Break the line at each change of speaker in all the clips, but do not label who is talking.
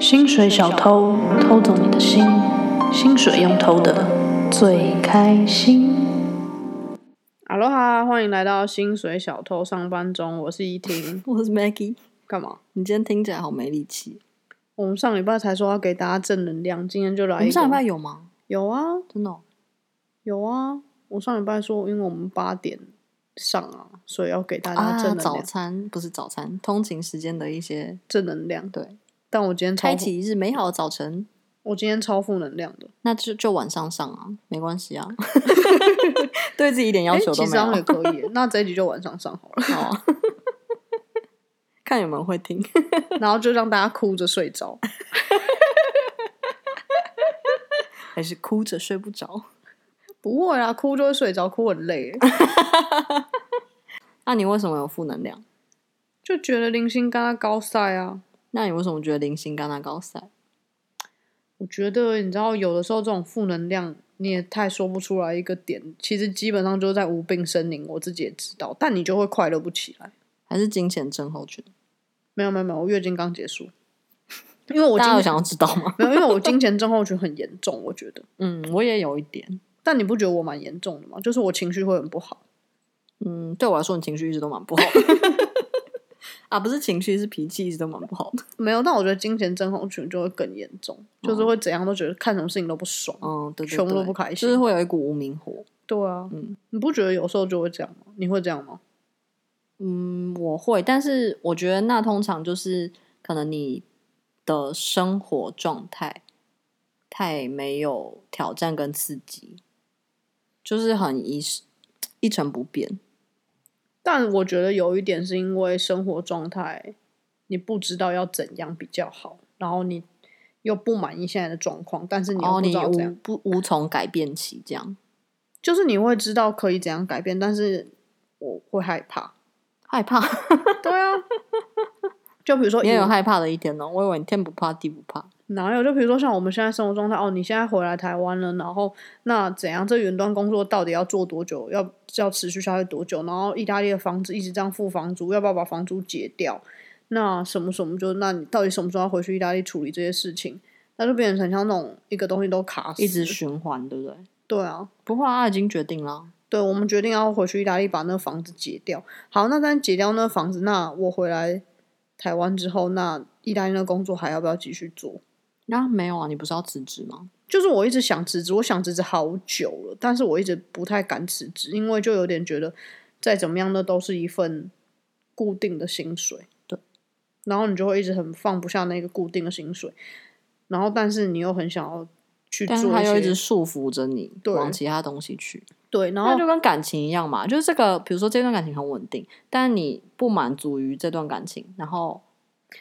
薪水小偷偷走你的心，薪水用偷的最开心。
哈喽哈，欢迎来到薪水小偷上班中，我是依婷。
我是 Maggie，
干嘛？
你今天听起来好没力气。
我们上礼拜才说要给大家正能量，今天就来
我
一个。
们上礼拜有吗？
有啊
真的、哦？
有啊，我上礼拜说，因为我们八点上啊，所以要给大家
啊，
正能量，
早餐不是早餐，通勤时间的一些
正能量。
对，
但我今天超
开，启一日美好的早晨。
我今天超负能量的。
那就就晚上上啊，没关系 啊，对自己一点要
诶
求
其
都
实
没
好像
有啊
也。可以耶， 那这一集就晚上上好 了，
好啊看有没有人会听。
然后就让大家哭着睡着。
还是哭着睡不着。
不会啊，哭就会睡着，哭很累耶，
那你为什么有负能量？
就觉得零星跟他高赛啊。
那你为什么觉得零星戛纳高赛？
我觉得你知道，有的时候这种负能量你也太说不出来一个点，其实基本上就是在无病呻吟，我自己也知道，但你就会快乐不起来。
还是金钱症候群？
没有没有没有，我月经刚结束，因为我
大家
经
有想要知道吗？
没有，因为我金钱症候群很严重，我觉得。
嗯，我也有一点。
但你不觉得我蛮严重的吗？就是我情绪会很不好，
嗯，对我来说，你情绪一直都蛮不好的。 啊，不是情绪，是脾气一直都蛮不好的。
没有。但我觉得金钱症候群就会更严重，就是会怎样都觉得看什么事情都不爽。
嗯，对对
全
对，
部都不开心
就是会有一股无名火。
对啊，
嗯
你不觉得有时候就会这样吗？你会这样吗？
嗯，我会，但是我觉得那通常就是可能你的生活状态太没有挑战跟刺激，就是很一时一成不变。
但我觉得有一点是因为生活状态，你不知道要怎样比较好，然后你又不满意现在的状况，但是你
然
又
后
不
哦你
知道怎
无
样，
不无从改变起，这样
就是你会知道可以怎样改变，但是我会害 怕。
害怕，
对啊，就比如说
你也有
以
害怕的一天哦。我以为你天不怕地不怕，
哪有？就比如说像我们现在生活状态，哦，你现在回来台湾了，然后那怎样？这云端工作到底要做多久？要要持续下去多久？然后意大利的房子一直这样付房租，要不要把房租结掉？那什么什么就那你到底什么时候要回去意大利处理这些事情？那就变成很像那种一个东西都卡死，
一直循环，对不对？
对啊。
不会啊，他已经决定了。
对，我们决定要回去意大利把那个房子解掉。好，那但解掉那个房子，那我回来台湾之后，那意大利那个工作还要不要继续做？
那、没有啊，你不是要辞职吗？
就是我一直想辞职，我想辞职好久了，但是我一直不太敢辞职，因为就有点觉得再怎么样呢，都是一份固定的薪水。
对，
然后你就会一直很放不下那个固定的薪水，然后但是你又很想要去
但是
做
他又一
一
直
些
束缚着你
对
往其他东西去，
对，然
那
后
就跟感情一样嘛，就是这个，比如说这段感情很稳定，但你不满足于这段感情，然后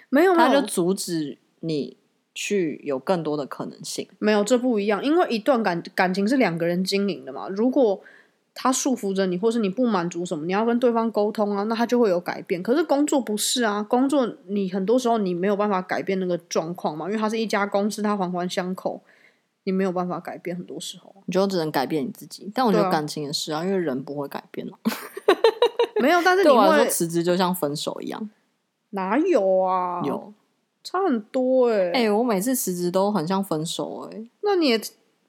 没有没
他
有
就阻止你去有更多的可能性。
没有这不一样，因为一段感感情是两个人经营的嘛，如果。他束缚着你，或是你不满足什么，你要跟对方沟通啊，那他就会有改变。可是工作不是啊，工作你很多时候你没有办法改变那个状况嘛，因为它是一家公司，它环环相扣，你没有办法改变。很多时候
你就只能改变你自己，但我觉
对
得
啊
感情也是啊，因为人不会改变了。
没有，但是
对
你
我来说，
会
辞职就像分手一样。
哪有啊？
有，
差很多哎、
哎、我每次辞职都很像分手、哎，
那你也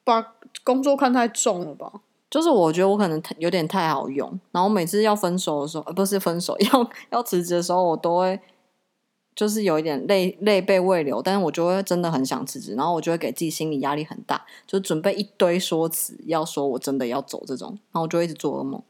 把工作看太重了吧？
就是我觉得我可能太有点太好用，然后每次要分手的时候，呃，不是分手， 要要辞职的时候，我都会就是有一点泪泪被未流，但是我就会真的很想辞职，然后我就会给自己心理压力很大，就准备一堆说辞，要说我真的要走这种，然后我就一直做噩梦。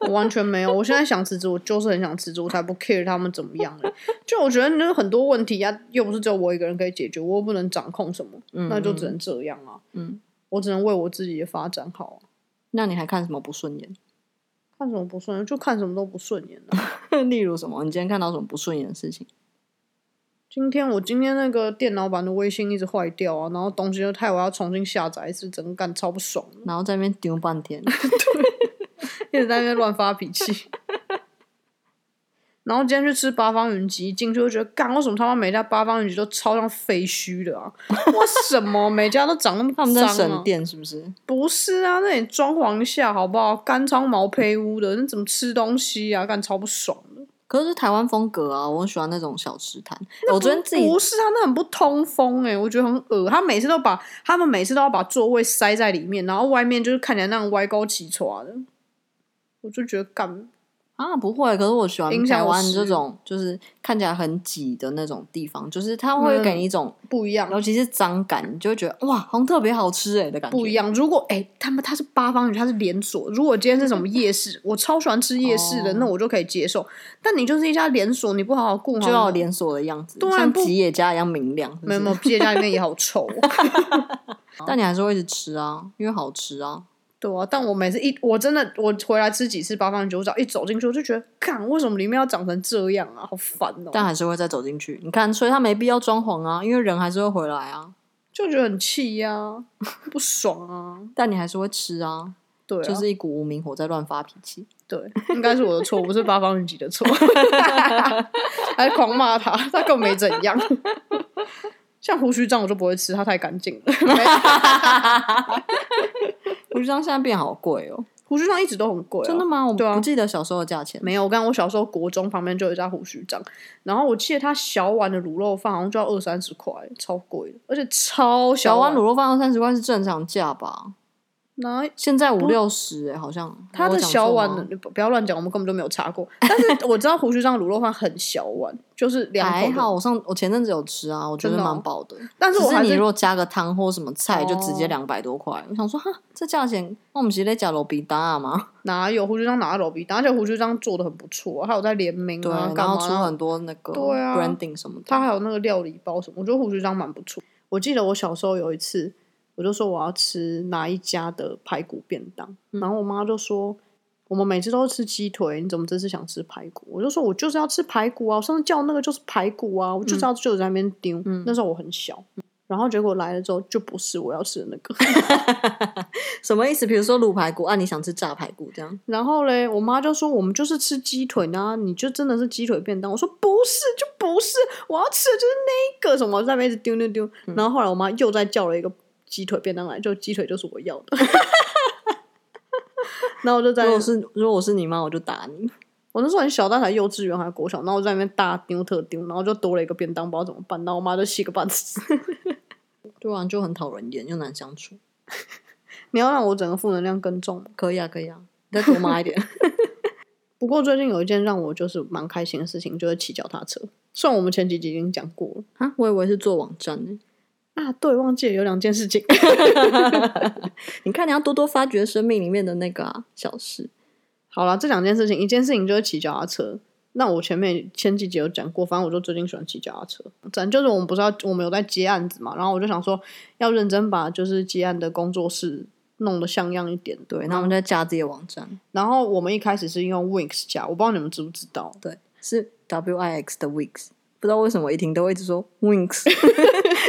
我完全没有，我现在想辞职，我就是很想辞职，我才不 care 他们怎么样嘞。就我觉得那有很多问题呀、又不是只有我一个人可以解决，我又不能掌控什么，
嗯
那就只能这样啊。
嗯，
我只能为我自己的发展好啊、
那你还看什么不顺眼？
看什么不顺眼就看什么都不顺眼啊
例如什么？你今天看到什么不顺眼的事情？
今天我今天那个电脑版的微信一直坏掉啊，然后东西又太我要重新下载一次，整个干超不爽的，
然后在那边丢半天，
一直在那边乱发脾气。 然后今天去吃八方云集，一进去就觉得，干，为什么他妈每家八方云集都超像废墟的啊？为什么每家都长那么
他
脏、啊？
们在省电是不是？
不是啊，那你装潢一下好不好？干仓毛坯屋的，那怎么吃东西啊？干超不爽的。
可是台湾风格啊，我很喜欢那种小吃摊。我昨天自己
不是他啊那很不通风哎、我觉得很恶。他每次都把他们每次都要把座位塞在里面，然后外面就是看起来那种歪勾起床的，我就觉得干
啊，不会。可是我喜欢
影响
台
我
湾
食
这种，就是看起来很挤的那种地方，就是它
嗯
会给你一种，
不一样，
尤其是脏感，你就会觉得哇，好像特别好吃哎、的感觉。
不一样。如果哎、他们他是八方鱼，他是连锁。如果今天是什么夜市，我超喜欢吃夜市的，
哦
那我就可以接受。但你就是一家连锁，你不好好顾好，
就要有连锁的样
哦
子，
对啊
像
不
吉野家一样明亮。是不
没有
是
没有，毕业家里面也好臭哦、
但你还是会一直吃啊，因为好吃啊。
对啊，但我每次一我真的我回来吃几次八方酒枣，一走进去我就觉得，看为什么里面要长成这样啊，好烦哦、
但还是会再走进去。你看，所以他没必要装潢啊，因为人还是会回来啊。
就觉得很气呀、不爽啊，
但你还是会吃啊，
对啊，
就是一股无名火在乱发脾气。
对，应该是我的错，不是八方云集的错， 还狂骂他，他根本没怎样。像胡须章我就不会吃，它太干净了。没有
我觉得这样现在变好贵哦、
胡须章一直都很贵、
真的？吗？我
对啊
不记得小时候的价钱。
没有，我刚我小时候国中旁边就有一家胡须章，然后我记得它小碗的卤肉饭好像就要二三十块，超贵的，而且超
小
碗
碗卤肉饭三十块是正常价吧？
哪
现在五六十哎，好像
它
我
的
讲
小
错
碗
吗
的，你不不要乱讲，我们根本就没有查过。但是我知道胡须章卤肉饭很小碗，就是两口
还
的
好。我上我前阵子有吃啊，我觉得
真的哦
蛮饱的。
但是
只
我还
你
是
如果加个汤或什么菜，就直接
哦
两百多块。我想说哈，这价钱，那我们直接加罗比达啊嘛？
哪有胡须章哪有老逼，而且胡须章做的很不错、啊，还有在联名
对，
啊，
然
干
后
嘛
出
啊
很多那个
对啊
branding 什么的。
它还有那个料理包什么，我觉得胡须章蛮不错。我记得我小时候有一次，我就说我要吃哪一家的排骨便当，
嗯
然后我妈就说。我们每次都是吃鸡腿，你怎么这次想吃排骨？我就说，我就是要吃排骨啊！我上次叫那个就是排骨啊，我就
嗯
知道就在那边丢。那时候我很小，然后结果来了之后就不是我要吃的那个。
什么意思？比如说卤排骨啊，你想吃炸排骨这样？
然后嘞，我妈就说我们就是吃鸡腿呢，你就真的是鸡腿便当。我说不是，就不是，我要吃的就是那个什么，在那边一直丢丢丢。然后后来我妈又再叫了一个鸡腿便当来，就鸡腿就是我要的。然后我就在
如
那，
果是如果我是你妈，我就打你。
我那时候很小，但才幼稚园还是国小，然后我在那边大丢特丢，然后就多了一个便当，不知道怎么办。然后我妈就气个半死。
对啊，就很讨人厌，又难相处。
你要让我整个负能量更重吗？
可以啊，可以啊，你再多买一点。
不过最近有一件让我就是蛮开心的事情，就是骑脚踏车。虽然我们前几集已经讲过了。
啊，我以为是做网站呢。
啊，对，忘记了有两件事情。
你看，你要多多发掘生命里面的那个、啊、小事。
好了，这两件事情，一件事情就是骑脚踏车。那我前面前几集有讲过，反正我就最近喜欢骑脚踏车。咱就是我们不是要我们有在接案子嘛，然后我就想说要认真把就是接案的工作室弄得像样一点。
对，那我们再加自己的网站，
然后我们一开始是用 Wix 加，我不知道你们知不知道，
对，是 W I X 的 Wix。不知道为什么我一听都会一直说 Wings，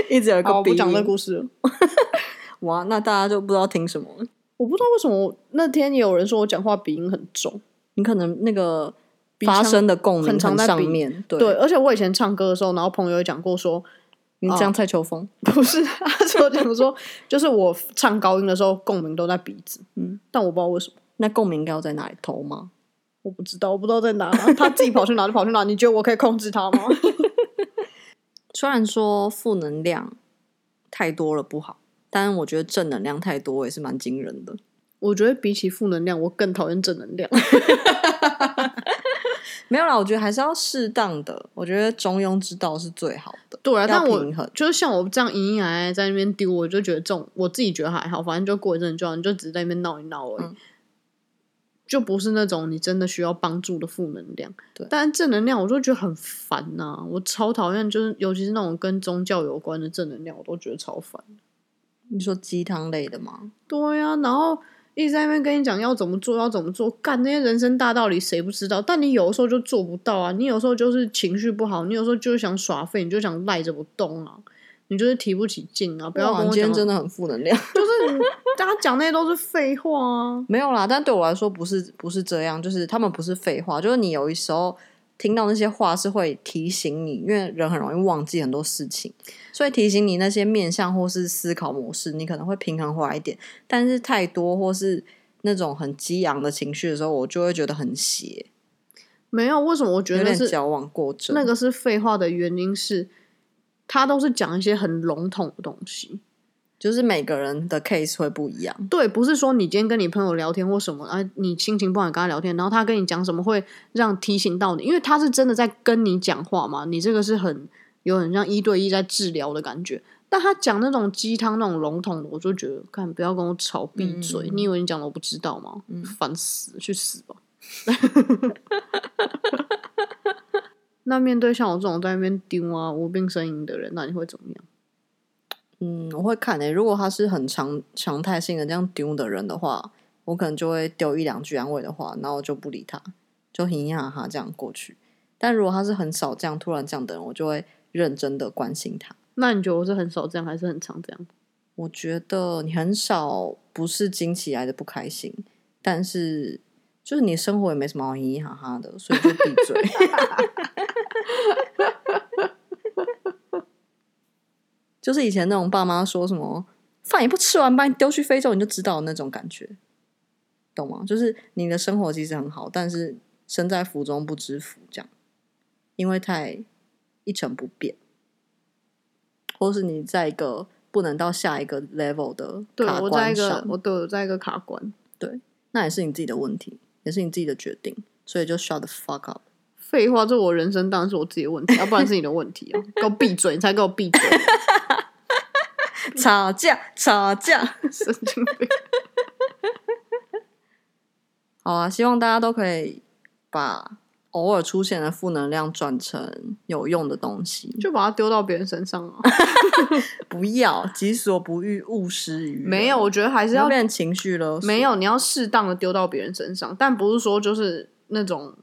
一直有一
好，
个
我
鼻
不
音。
讲这故事了。
哇，那大家就不知道听什么了。
我不知道为什么我那天也有人说我讲话鼻音很重，
你可能那个
腔
发声的共鸣
很常在
上
比
面，对，
对，而且我以前唱歌的时候，然后朋友也讲过说，
你这样蔡秋风。
不是，他说讲说，就是我唱高音的时候共鸣都在鼻子，
嗯，
但我不知道为什么，
那共鸣应该要在哪里投吗？
我不知道，我不知道在哪，啊他自己跑去哪就跑去哪，你觉得我可以控制他吗？
虽然说负能量太多了不好，但我觉得正能量太多也是蛮惊人的。
我觉得比起负能量，我更讨厌正能量。
没有啦，我觉得还是要适当的，我觉得中庸之道是最好的。
对啊，
要
但我
平衡
就是像我这样隐隐挨挨在那边丢，我就觉得这种我自己觉得还好，反正就过一阵子就好，你就只是在那边闹一闹而已。
嗯
就不是那种你真的需要帮助的负能量，
对
但正能量我就觉得很烦呐、我超讨厌，就是尤其是那种跟宗教有关的正能量，我都觉得超烦。
你说鸡汤类的吗？
对呀、然后一直在那边跟你讲要怎么做，要怎么做，干那些人生大道理谁不知道？但你有的时候就做不到啊，你有时候就是情绪不好，你有时候就是想耍废，你就想赖着不动啊，你就是提不起劲啊！不要
哇
跟
你
我
今
讲，
天真的很负能量。
就是你大家讲那些都是废话啊。
没有啦，但对我来说不是不是这样，就是他们不是废话，就是你有一时候听到那些话是会提醒你，因为人很容易忘记很多事情，所以提醒你那些面向或是思考模式，你可能会平衡回来一点。但是太多或是那种很激昂的情绪的时候，我就会觉得很邪。
没有，为什么我觉
有
得
点
是
矫枉过正。
那个是废话的原因是，他都是讲一些很笼统的东西。
就是每个人的 case 会不一样，
对，不是说你今天跟你朋友聊天或什么，啊，你心情不好，你跟他聊天，然后他跟你讲什么会让提醒到你，因为他是真的在跟你讲话嘛，你这个是很有很像一对一在治疗的感觉。但他讲那种鸡汤那种笼统的，我就觉得，看不要跟我吵，闭嘴！
嗯
你以为你讲的我不知道吗？烦死了，去死 吧！那面对像我这种在那边丢啊无病呻吟的人，那你会怎么样？
嗯，我会看诶、如果他是很常常态性的这样丢的人的话，我可能就会丢一两句安慰的话，然后我就不理他，就嘻嘻哈哈这样过去。但如果他是很少这样突然这样的人，我就会认真的关心他。
那你觉得我是很少这样，还是很常这样？
我觉得你很少不是惊起来的不开心，但是就是你生活也没什么好嘻嘻哈哈的，所以就闭嘴。 就是以前那种爸妈说什么饭也不吃完，把你丢去非洲，你就知道那种感觉，懂吗？就是你的生活其实很好，但是身在福中不知福，这样，因为太一成不变，或是你在一个不能到下一个 level 的
对
卡
我在一
关
个
上，
我对我在一个卡关，
那也是你自己的问题，也是你自己的决定，所以就 shut the fuck up。
废话，这我人生当然是我自己的问题，要不然是你的问题啊！给我闭嘴，你才给我闭嘴，
吵架，吵架。
神经病！
好啊，希望大家都可以把偶尔出现的负能量转成有用的东西，
就把它丢到别人身上 啊！
不要己所不欲，勿施于人。
没有，我觉得还是
不要
要
变成情绪了。
没，有，你要适当的丢到别人身上，但不是说就是那种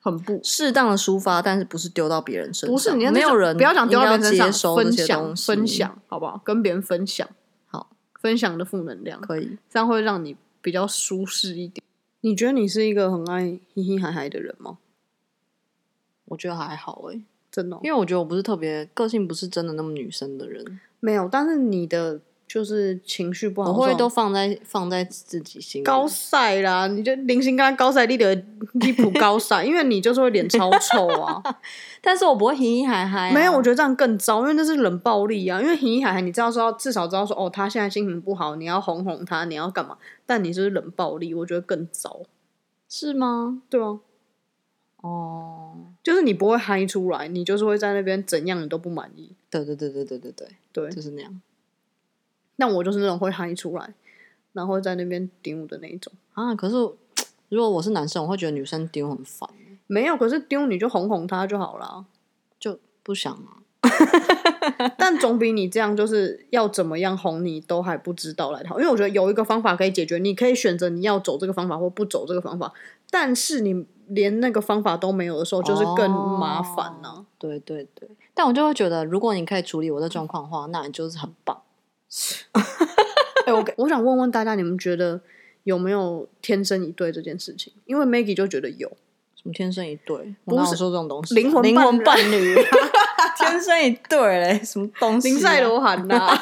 很不
适当的抒发，但是不是丢到别人身上？
不是你要
没有人
不要讲丢到别人身
一定要
上，
接收这
分
些
享
东西
分享好不好？跟别人分享
好，
分享的负能量，
可以。
这样会让你比较舒适一点。你觉得你是一个很爱嘻嘻哈哈的人吗？
我觉得还好哎、
真的哦、
因为我觉得我不是特别个性，不是真的那么女生的人，
没有，但是你的就是情绪不好的
我
时候，
会都放在放在自己心里。
高晒啦，你就零星跟他高晒，你得你不高晒，因为你就是会脸超臭 啊。
但是我不会嘻嘻嗨嗨、啊。
没有，我觉得这样更糟，因为那是冷暴力啊。因为你海海，你知道说至少知道说哦，他现在心情不好，你要哄哄他，你要干嘛？但你就是冷暴力，我觉得更糟，
是吗？
对啊，
哦，
就是你不会嗨出来，你就是会在那边怎样你都不满意，
对对对对对对对，
对。
就是那样。
但我就是那种会嗨出来，然后在那边丢的那一种。
啊，可是我如果我是男生，我会觉得女生丢很烦，
没有，可是丢你就哄哄他就好啦。
就不想啊。
但总比你这样就是要怎么样哄你都还不知道来的好，因为我觉得有一个方法可以解决，你可以选择你要走这个方法或不走这个方法，但是你连那个方法都没有的时候，就是更麻烦呢、
对对对，但我就会觉得，如果你可以处理我的状况的话，那你就是很棒。
哎、我我想问问大家，你们觉得有没有天生一对这件事情？因为 Maggie 就觉得有
什么天生一对？
不
我哪有
是
说这种东西啊？
灵魂
灵
伴
魂
侣
伴侣 啊， 天生一对嘞，什么东西、啊？
林赛罗韩呐，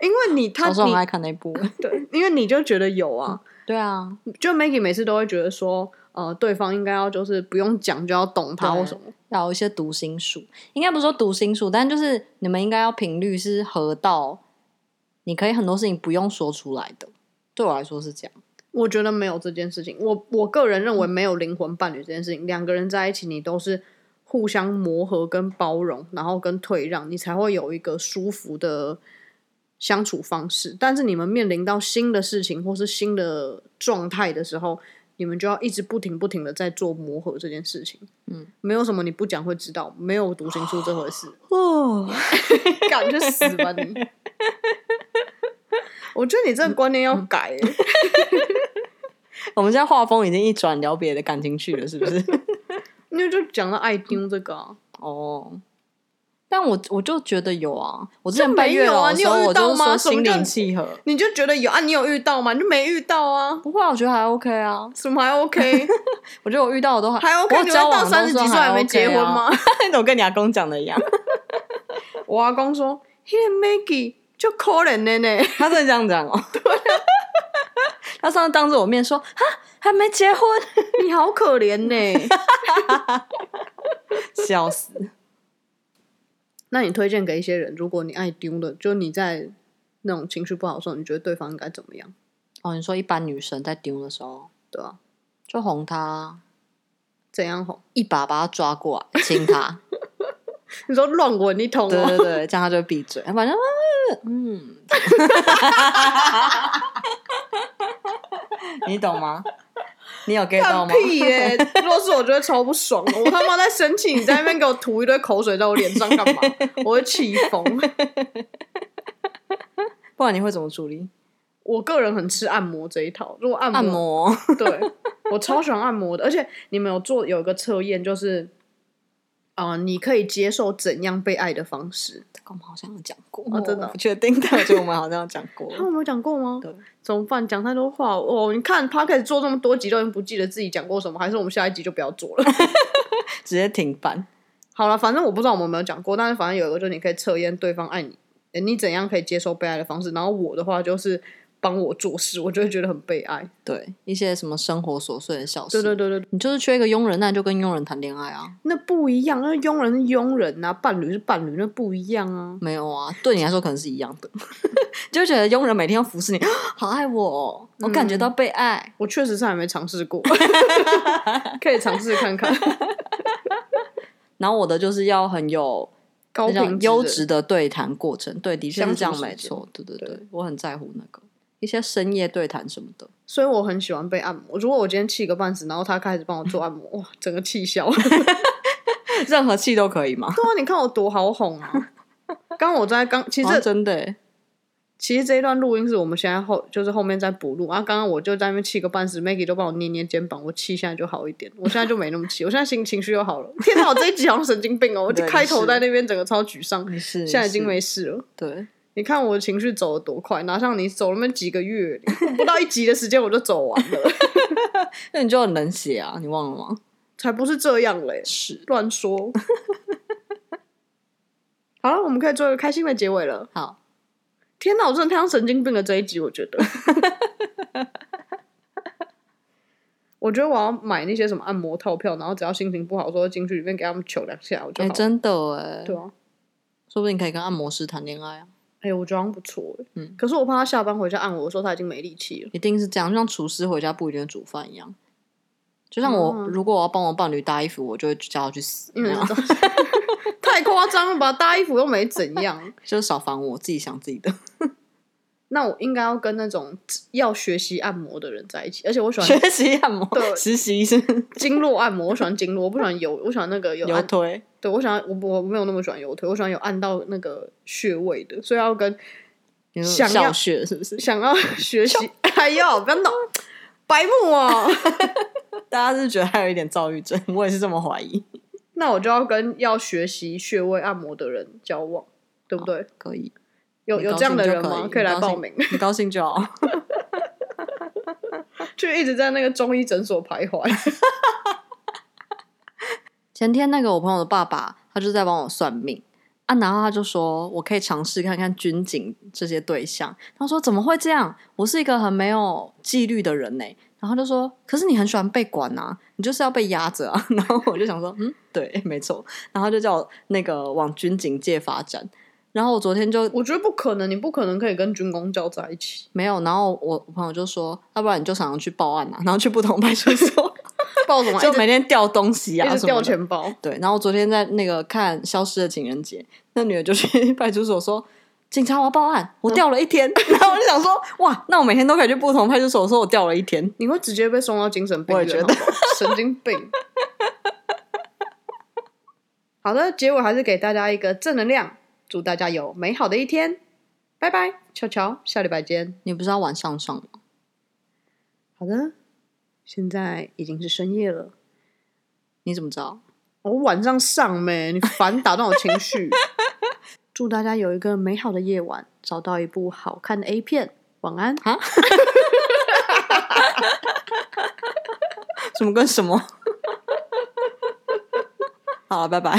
因为你他
小时候很爱
你
看那部。
对，因为你就觉得有啊，
对啊，
就 Maggie 每次都会觉得说，呃，对方应该要就是不用讲就要懂他
对
或什么。
要有一些读心术，应该不是说读心术，但就是你们应该要频率是合到，你可以很多事情不用说出来的。对我来说是这样，
我觉得没有这件事情，我我个人认为没有灵魂伴侣这件事情，两个人在一起，你都是互相磨合、跟包容，然后跟退让，你才会有一个舒服的相处方式。但是你们面临到新的事情或是新的状态的时候，你们就要一直不停不停的在做磨合这件事情。
嗯，
没有什么你不讲会知道，没有读心术这回事。
哦，
敢去死吧你！我觉得你这个观念要改、欸。
我们现在画风已经一转聊别的感情去了，是不是？
因为就讲到爱丢这个、啊，
哦，但我我就觉得有啊，我之
这
前拜
没
月
有
老
啊
的
你
时候，
有遇
我
到
就
吗
说
什么
心
叫
灵契合，
你就觉得有啊？你有遇到吗？你就没遇到啊？
不会啊，我觉得还 OK 啊，
什么还 OK，
我觉得我遇到的都还
还 OK？
我
你会
交往
到
的都
三十几岁还没结婚吗？
算还 OK 啊？我跟你阿公讲的一样，
我阿公说，那个 Maggie 就可怜的呢。
他真的这样讲哦。对、啊他上次当着我面说：“哈，还没结婚，
你好可怜 呢。
笑死。”
那你推荐给一些人，如果你爱丢的，就你在那种情绪不好的时候，你觉得对方应该怎么样？
哦，你说一般女生在丢的时候，
对啊，
就哄她，
怎样哄？
一把把她抓过来，亲她，
你说乱吻一通
对
哦，
对对，这样她就会闭嘴。反正嗯，你懂吗？你有 get 到
干
吗？
屁耶、如果是我，觉得超不爽的，我他妈在生气，你在那边给我吐一堆口水在我脸上干嘛？我会气疯。
不然你会怎么处理？
我个人很吃按摩这一套，如果按摩，
按摩，
对我超喜欢按摩的，而且你们有做有一个测验，就是。啊、你可以接受怎样被爱的方式？
我们好像有讲过，
哦真的
我不确定，但我觉得我们好像有讲 过。
啊，我们有讲过吗？
对，
怎么办？讲太多话哦！你看 p o d c a s t 做这么多集，都已经不记得自己讲过什么，还是我们下一集就不要做了？
直接停办。
好了，反正我不知道我们有没有讲过，但是反正有一个就是你可以测验对方爱你，呃你怎样可以接受被爱的方式。然后我的话就是帮我做事，我就会觉得很被爱。
对，一些什么生活琐碎的小
对
事，
对对对，对
你就是缺一个佣人，那你就跟佣人谈恋爱啊。
那不一样，那佣人是佣人呐、伴侣是伴侣，那不一样啊。
没有啊，对你来说可能是一样的， 就觉得佣人每天要服侍你， 好爱我哦，我感觉
嗯
到被爱。
我确实是还没尝试过， 可以尝试看 看
然后我的就是要很有
高
那
品
种优
的
质的对谈过程，对，的确
相处
是这样，
时
没
间
错，对对
对
对，我很在乎那个一些深夜对谈什么的，
所以我很喜欢被按摩。如果我今天气个半死，然后他开始帮我做按摩，哇，整个气 消。对
任何气都可以吗？
啊，你看我多好哄啊！刚我在刚，其
其
实
实真的欸，
其实这一段录音是我们现在后就是后面在补录啊。刚刚我就在那边气个半死，Maggie 都帮我捏捏肩膀，我气现在就好一点，我现在就没那么气，我现在心情绪又好了。天哪，我这一集好像神经病哦！我就
对
开头
是
在那边整个超沮丧，
你是
现在已经
是
没事了。
对，
你看我的情绪走的多快，哪像你走了那么几个月，不到一集的时间我就走完了，
那你就很冷血啊，你忘了吗？
才不是这样嘞！
是，
乱说。 好了，我们可以做一个开心的结尾了。
好，
天哪，我真的太像神经病了这一集，我觉得。 我觉得我要买那些什么按摩套票，然后只要心情不好的时候，说进去里面给他们求两下，我就好
哎、
了。
真的哎，
对啊，
说不定可以跟按摩师谈恋爱啊，
哎、我觉得好像不错哎。
嗯
可是我怕他下班回家按我的时候，他已经没力气了。
一定是这样，就像厨师回家不一定会煮饭一样。就像我，
哦嗯
如果我要帮我伴侣搭衣服，我就会叫他去死，
因为
那样
太夸张了吧，搭衣服又没怎样。
就是少烦我，自己想自己的。
那我应该要跟那种要学习按摩的人在一起，而且我喜欢
学习按摩
对，
实习是
经络按摩，我喜欢经络，我不喜欢油，我喜欢那个有啊
有
按
推，
对，我想要我不我没有那么喜欢油腿，我喜欢有按到那个穴位的，所以要跟
你说
想要
小学是不是？
想要学习。 哎呦，不要闹，白目哦！
大家是不是觉得还有一点躁郁症，我也是这么怀疑。
那我就要跟要学习穴位按摩的人交往，对不对？
可以，
有
你
有
高
这样
兴
的
就
人吗？
以
可以来
你高
报
兴
名，
你高兴就好。
就一直在那个中医诊所徘徊。
前天那个我朋友的爸爸，他就在帮我算命啊，然后他就说我可以尝试看看军警这些对象。他说怎么会这样？我是一个很没有纪律的人呢、欸然后他就说，可是你很喜欢被管啊，你就是要被压着啊。 然后我就想说，嗯，对，没错。然后他就叫我那个往军警界发展。然后我昨天就
我觉得不可能，你不可能可以跟军工教在一起，
没有，然后我我朋友就说，要不然你就常常去报案啊，然后去不同派出 所，
报什么？
就
一直
每天掉东西啊，
一直
什
掉
么的。
钱包。
对，然后我昨天在那个看《消失的情人节》，那女的就去 派出所说：“警察，我要报案，我掉了一天。 然后我就想说：“哇，那我每天都可以去不同派出所说我掉了一天。
你会直接被送到精神病
我
院，
也觉
好不好 神经病。好的，结尾还是给大家一个正能量，祝大家有美好的一天，拜拜，悄悄，下礼拜见。”
你不是要晚上上吗？
好的，现在已经是深夜了，
你怎么知道？
我晚上上呗，你烦打断我情 绪。祝大家有一个美好的夜晚，找到一部好看的 A 片，晚安。
什么跟什么？好了，拜拜。